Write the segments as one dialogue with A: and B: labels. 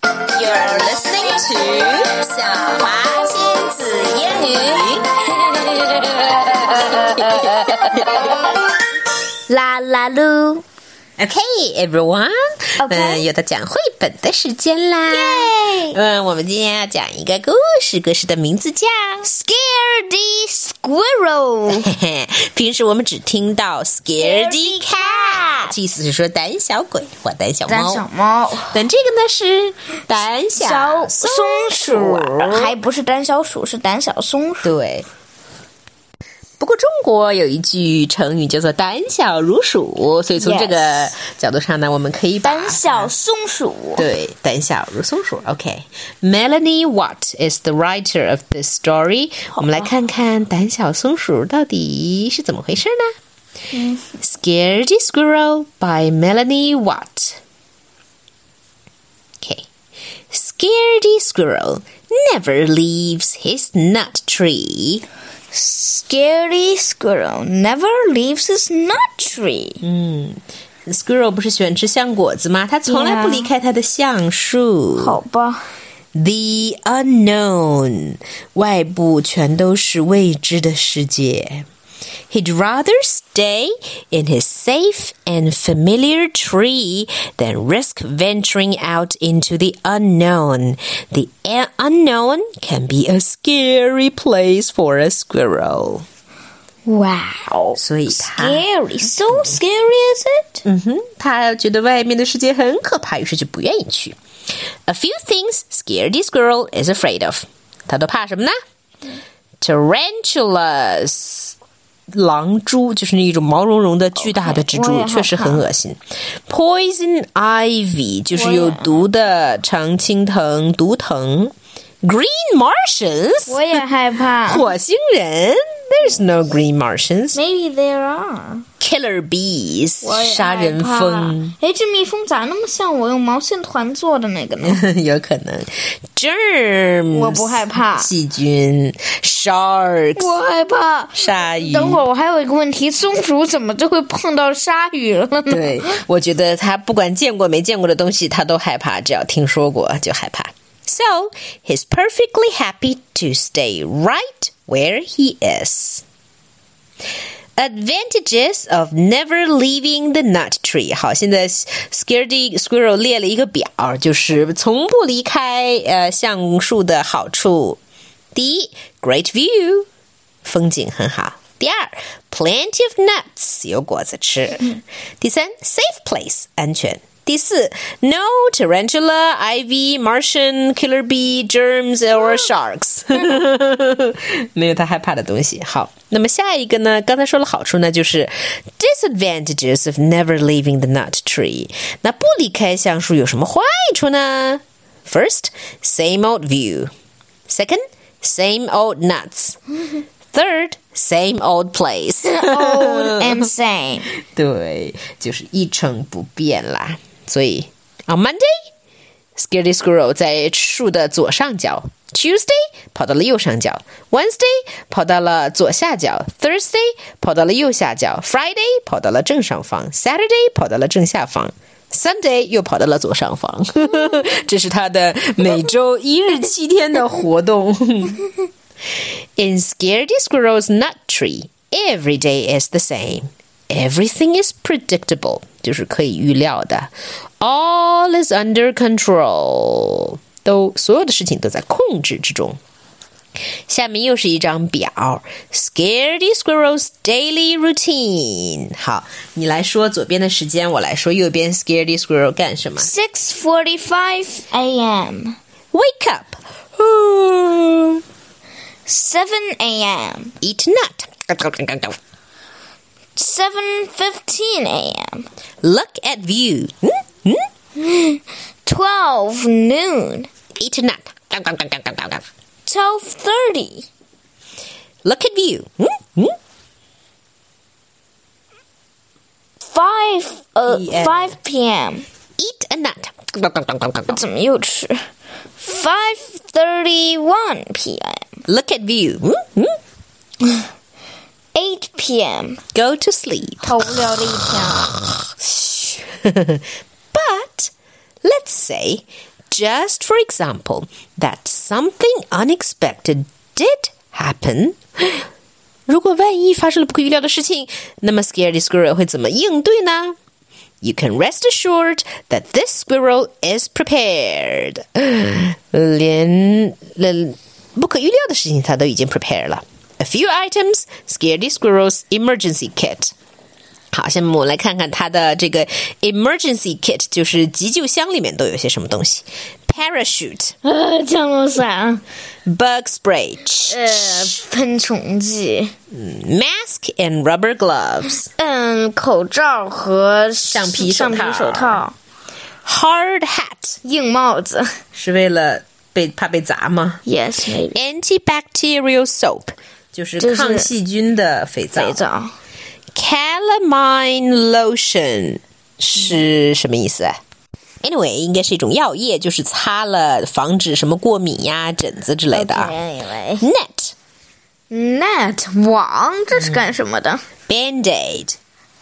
A: You're listening to 小华亲子英语。
B: 啦啦噜，
A: Okay, everyone.
B: OK
A: 嗯，又到讲绘本的时间啦。
B: Yay
A: 嗯，我们今天要讲一个故事，故事的名字叫
B: Scaredy Squirrel
A: 嘿嘿， 平时我们只听到 scaredy cat，
B: Cat，
A: 意思是说胆小鬼或胆小
B: 胆
A: 猫。
B: 小猫，
A: 但这个呢是胆小
B: 小
A: 松
B: 松
A: 鼠啊
B: 鼠
A: 儿，
B: 还不是胆小鼠，是胆小松鼠。
A: 对。不过中国有一句成语叫做“胆小如鼠”，所以从
B: Yes
A: 这个角度上呢，我们可以把
B: 胆小松鼠
A: 对胆小如松鼠。OK，Melanie、Watt is the writer of this story。我们来看看胆小松鼠到底是怎么回事呢？Scaredy Squirrel by Melanie Watt. Okay. Scaredy Squirrel never leaves his nut tree.
B: ，Scaredy Squirrel never leaves his nut tree。
A: Squirrel 不是喜欢吃橡果子吗？它从来不
B: Yeah.
A: 离开它的橡树。
B: 好吧
A: The unknown，外部全都是未知的世界。He'd rather stay in his safe and familiar tree than risk venturing out into the unknown. The un- unknown can be a scary place for a squirrel.
B: ，Wow，嗯
A: 所以它
B: scary，so scary is it？
A: 嗯哼，他觉得外面的世界很可怕，于是就不愿意去。A few things scaredy squirrel is afraid of，他都怕什么呢？Tarantulas，狼蛛就是那种毛茸茸的巨大的蜘蛛
B: 我也害怕
A: 确实很恶心。Poison ivy 就是有毒的常青藤、毒藤。Green Martians，
B: 我也害 怕
A: 火星人。There's no green Martians.
B: ，Maybe there are。
A: Killer bees，
B: 我也害怕
A: 杀人蜂。。
B: 哎，这蜜蜂咋那么像我用毛线团做的那个呢？
A: 有可能，germs，
B: 我不害怕
A: 细菌，sharks，
B: 我害怕。
A: 鲨鱼。
B: 等会儿，我还有一个问题：松鼠怎么就会碰到鲨鱼了呢？
A: 对，我觉得他不管见过没见过的东西，他都害怕，只要听说过就害怕。So he's perfectly happy to stay right where he is. Advantages of never leaving the nut tree。好，现在 Scaredy Squirrel 列了一个表，就是从不离开呃橡树的好处。第一，great view，风景很好。第二，plenty of nuts，有果子吃。第三，safe place，安全。第四，no tarantula, ivy, Martian, killer bee, germs or sharks，没有他害怕的东西。好，那么下一个呢？刚才说了好处呢，就是 disadvantages of never leaving the nut tree。那不离开橡树有什么坏处呢？First, same old view. Second, same old nuts. Third, same old place.
B: Old and same。
A: 对，就是一成不变啦。所以 on Monday, Scaredy Squirrel 在树的左上角，Tuesday 跑到了右上角，Wednesday 跑到了左下角，Thursday 跑到了右下角，Friday 跑到了正上方，Saturday 跑到了正下方。Sunday 又跑到了左上方， 这是他的每周一日七天的活动。In Scaredy Squirrel's nut tree, every day is the same. Everything is predictable, 就是可以预料的. All is under control. 都-所有的事情都在控制之中。下面又是一张表，Scaredy Squirrel's Daily Routine。好，你来说左边的时间，我来说右边 Scaredy Squirrel 干什么
B: Six forty-five a.m.
A: ？Wake up,
B: seven a.m.
A: eat nut,
B: seven fifteen a.m.
A: look at view, 嗯嗯
B: twelve noon
A: eat nut,
B: twelve thirty
A: look at view, 嗯嗯
B: five 呃
A: PM
B: five p.m.
A: eat a nut,
B: 怎么又吃？Five thirty one p.m.
A: look at view, 嗯嗯
B: eight p.m.
A: go to sleep.
B: 好无聊的一 天啊！
A: but let's say Just for example, that something unexpected did happen. 如果万一发生了不可预料的事情，那么 Scaredy Squirrel 会怎么应对呢？You can rest assured that this squirrel is prepared. 连连不可预料的事情，他都已经 prepare 了。A few items, Scaredy Squirrel's emergency kit. 好，下面我们来看看它的这个 emergency kit，就是急救箱里面都有些什么东西：parachute、
B: 呃，降落伞，
A: bug spray、
B: 呃，喷虫剂，
A: mask and rubber gloves、
B: 嗯，口罩和橡
A: 皮手套
B: 手套，
A: hard hat，
B: 硬帽子
A: 是为了被怕被砸吗
B: ，yes maybe，
A: ？antibacterial soap 就是
B: 就是
A: 抗细菌的肥皂。
B: 肥皂，
A: calamine lotion 是什么意思啊？Anyway，应该是一种药液，就是擦了防止什么过敏呀、疹子之类的啊。
B: anyway。
A: Net
B: net 网，这是干什么的？
A: band aid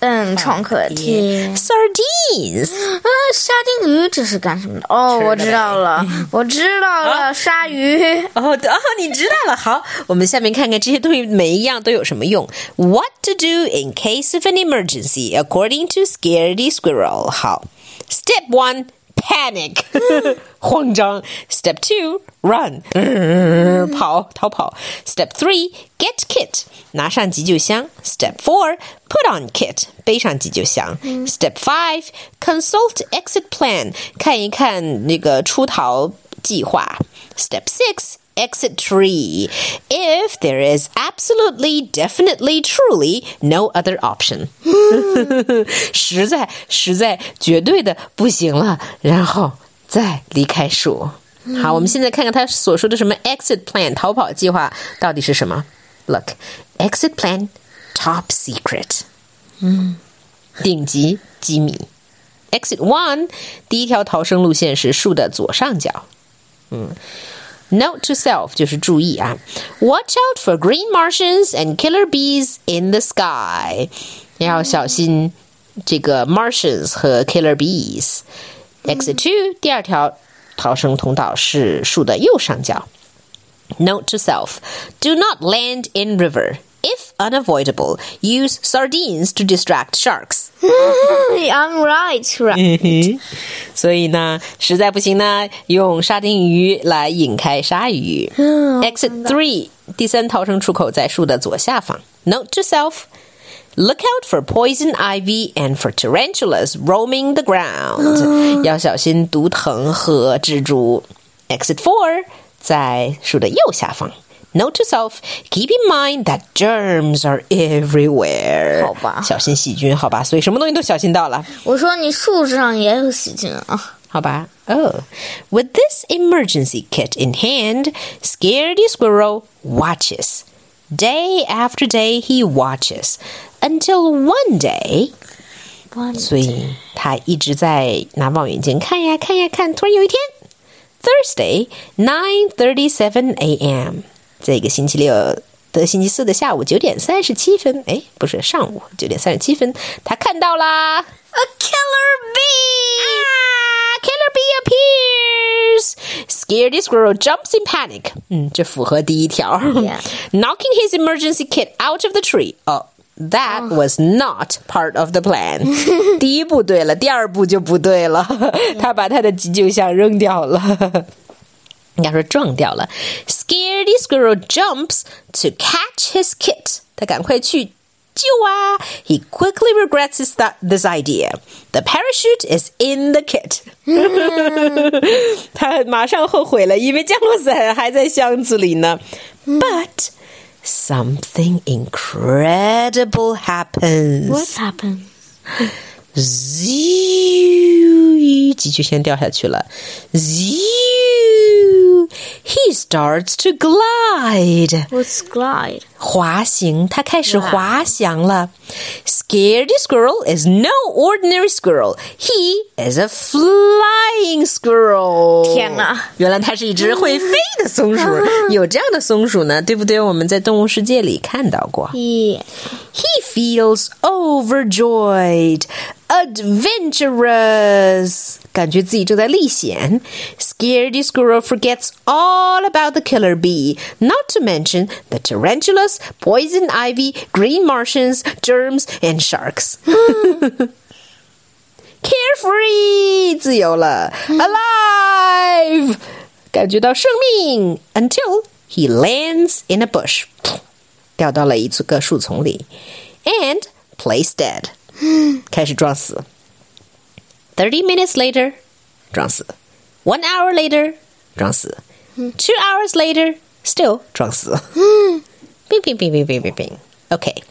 B: 嗯，创可贴。
A: sardines
B: 啊，沙丁鱼这是干什么的？哦，
A: 吃的呗
B: 我知道了，我知道了，鲨 鱼。
A: 哦对哦，你知道了。好，我们下面看看这些东西每一样都有什么用。What to do in case of an emergency according to Scaredy Squirrel？好，Step one panic 慌张，Step two run 呃跑逃跑，Step three get kit 拿上急救箱，Step four put on kit 背上急救箱，Step five consult exit plan 看一看那个出逃计划，Step six exit tree if there is absolutely definitely truly no other option 实在实在绝对的不行了，然后再离开树。好，我们现在看看他所说的什么 exit plan 逃跑计划到底是什么？Look, exit plan top secret，嗯，顶级机密。Exit one 第一条逃生路线是树的左上角。Note to self 就是注意啊，Watch out for green Martians and killer bees in the sky，要小心这个 Martians 和 killer bees。Exit two 第二条逃生通道是树的右上角。Note to self do not land in river. If unavoidable, use sardines to distract sharks.
B: I'm right, right.
A: 所以呢，实在不行呢，用沙丁鱼来引开鲨鱼。Exit
B: 嗯
A: three，第三逃生出口在树的左下方。Note to self. Look out for poison ivy and for tarantulas roaming the
B: 嗯
A: ground. 要小心毒藤和蜘蛛。Exit four 在树的右下方。Note to self: Keep in mind that germs are everywhere.
B: 好吧
A: 小心细菌，好吧。所以什么东西都小心到了。
B: 我说你树枝上也有细菌啊。
A: 好吧？Oh, with this emergency kit in hand, Scaredy Squirrel watches. Day after day, he watches until one day. 所以他一直在拿望远镜看呀看呀看。突然有一天，Thursday nine thirty seven a.m. 这个星期六的星期四的下午九点三十七分，哎，不是上午九点三十七分，他看到啦 a killer bee。啊，killer bee appears. Scared squirrel jumps in panic. 嗯，这符合第一条。
B: Yeah.
A: Knocking his emergency kit out of the tree. Oh. That was not part of the plan. 第一步对了，第二步就不对了。 他把他的急救箱扔掉了，应该说撞掉了。Scaredy squirrel jumps to catch his kit. 他赶快去救啊！He quickly regrets his th this idea. The parachute is in the kit. 他马上后悔了，因为降落伞还在箱子里呢。But something incredible happens.
B: happened?
A: Zoo，急剧先掉下去了。Zoo，he starts to glide，
B: What's glide?
A: 滑行，它开始滑翔了。Scaredy squirrel is no ordinary squirrel. He is a flying squirrel.
B: 天哪呢。
A: 原来它是一只会飞的松 鼠，有这样的松鼠呢，对不对？我们在动物世界里看到过。
B: 咦，
A: He feels overjoyed, adventurous. 感觉自己正在历险。Scaredy squirrel forgets all about the killer bee, not to mention the tarantulas, poison ivy, green martians, germs, and sharks. Carefree，自由了，alive，感觉到生命。Until he lands in a bush，掉到了一个树丛里，and plays dead，开始装死。Thirty minutes later，装死。One hour later，装死。Two hours later，still 装死。Bing, bing, bing, bing, bing, bing, bing. Okay.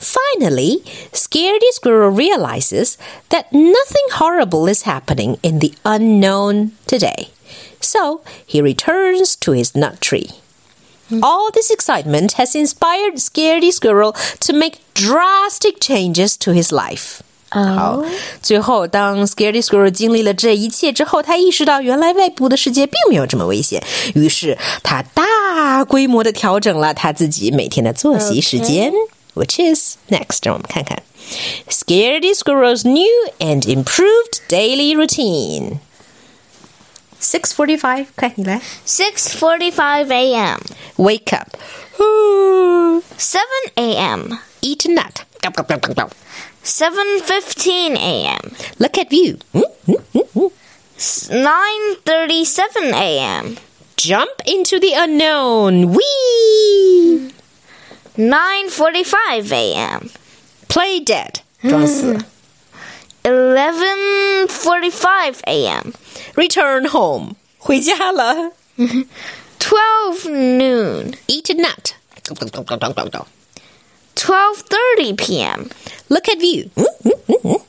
A: Finally, Scaredy Squirrel realizes that nothing horrible is happening in the unknown today. So he returns to his nut tree. All this excitement has inspired Scaredy Squirrel to make drastic changes to his life. 好，最后当 Scaredy Squirrel 经历了这一切之后，他意识到原来外部的世界并没有这么危险，于是他大规模的调整了他自己每天的作息时间。Which is next，让我们看看 Scaredy Squirrel's new and improved daily routine. Six forty-five，快你来
B: six forty-five a.m.
A: ，Wake up，
B: seven a.m.
A: eat a nut. Gulp, gulp, gulp, gulp, gulp.
B: seven fifteen a.m.
A: Look at you. Hmm?
B: nine thirty-seven a.m.
A: Jump into the unknown. Wee!
B: nine forty-five a.m.
A: Play dead. 装死。
B: eleven forty-five a.m.
A: Return home. 回家了。
B: twelve noon
A: Eat a nut. Gulp, gulp, gulp, gulp, gulp, gulp, gulp.
B: twelve thirty p.m.
A: Look at you. Hmm?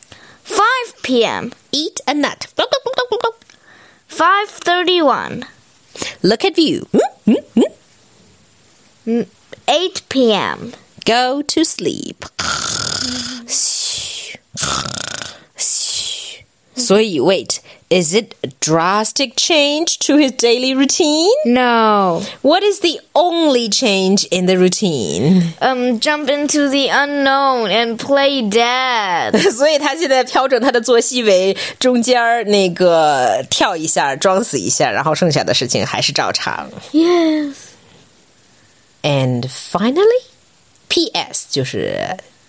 B: five p.m.
A: Eat a nut. Gulp, gulp, gulp, gulp, gulp, gulp.
B: five thirty-one
A: Look at you. Hmm? Hmm? Hmm?
B: eight p.m.
A: Go to sleep. 所以 wait, is it a drastic change to his daily routine?
B: no
A: What is the only change in the routine?
B: um jump into the unknown and play dead
A: 所以他现在调整他的作息为中间儿那个跳一下，装死一下，然后剩下的事情还是照常。
B: yes
A: And finally, P.S. 就是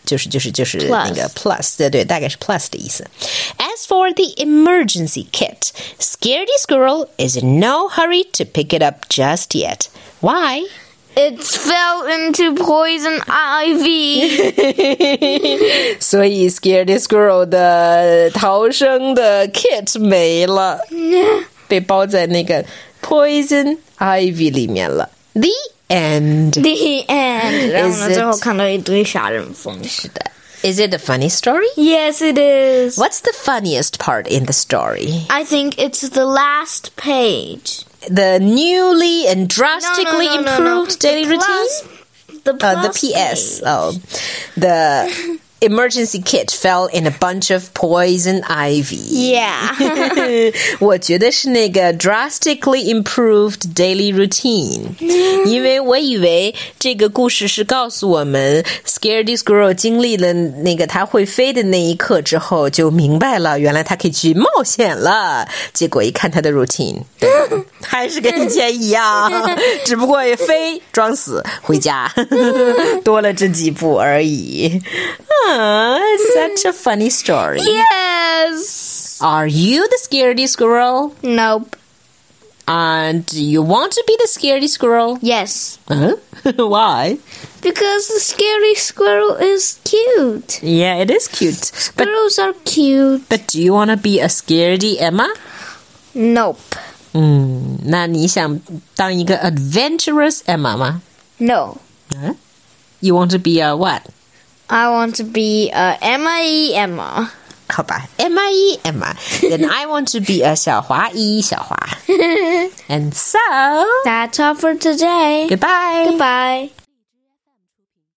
A: 就是就是就是那个 plus，对对，大概是 plus 的意思。As for the emergency kit, Scaredy Squirrel is in no hurry to pick it up just yet. Why?
B: it fell into poison ivy
A: 所以 Scaredy Squirrel 的逃生的 kit 没 了，被包在那个 poison ivy 里面了。The end.
B: the
A: it-
B: end 然后呢，最后看到一堆杀人疯。
A: Is it a funny story?
B: yes it is
A: What's the funniest part in the story?
B: I think it's the last page
A: The newly and drastically
B: no, no, no, no, no.
A: improved daily
B: The plus-
A: routine?
B: the
A: Uh, the
B: plus
A: PS.
B: page.
A: Oh, the emergency kit fell in a bunch of poison ivy.
B: yeah
A: 我觉得是那个 drastically improved daily routine，因为我以为这个故事是告诉我们 Scaredy Squirrel 经历了那个它会飞的那一刻之后，就明白了原来它可以去冒险了。结果一看它的 routine，对还是跟以前一样，只不过飞装死回家，多了这几步而已。啊、s u c h a funny story.
B: yes
A: Are you the Scaredy Squirrel?
B: nope
A: And do you want to be the scaredy squirrel?
B: yes
A: Huh? Why?
B: because the scary squirrel is cute
A: Yeah, it is cute. But
B: squirrels are cute
A: but do you want to be a scaredy Emma?
B: nope
A: 嗯，那你想当一个 adventurous Emma
B: no
A: 吗？You want to be a what?
B: I want to be a Emma E Emma
A: 好吧，M I E Emma. Then I want to be a 小华一小华。And so
B: that's all for today
A: goodbye.
B: goodbye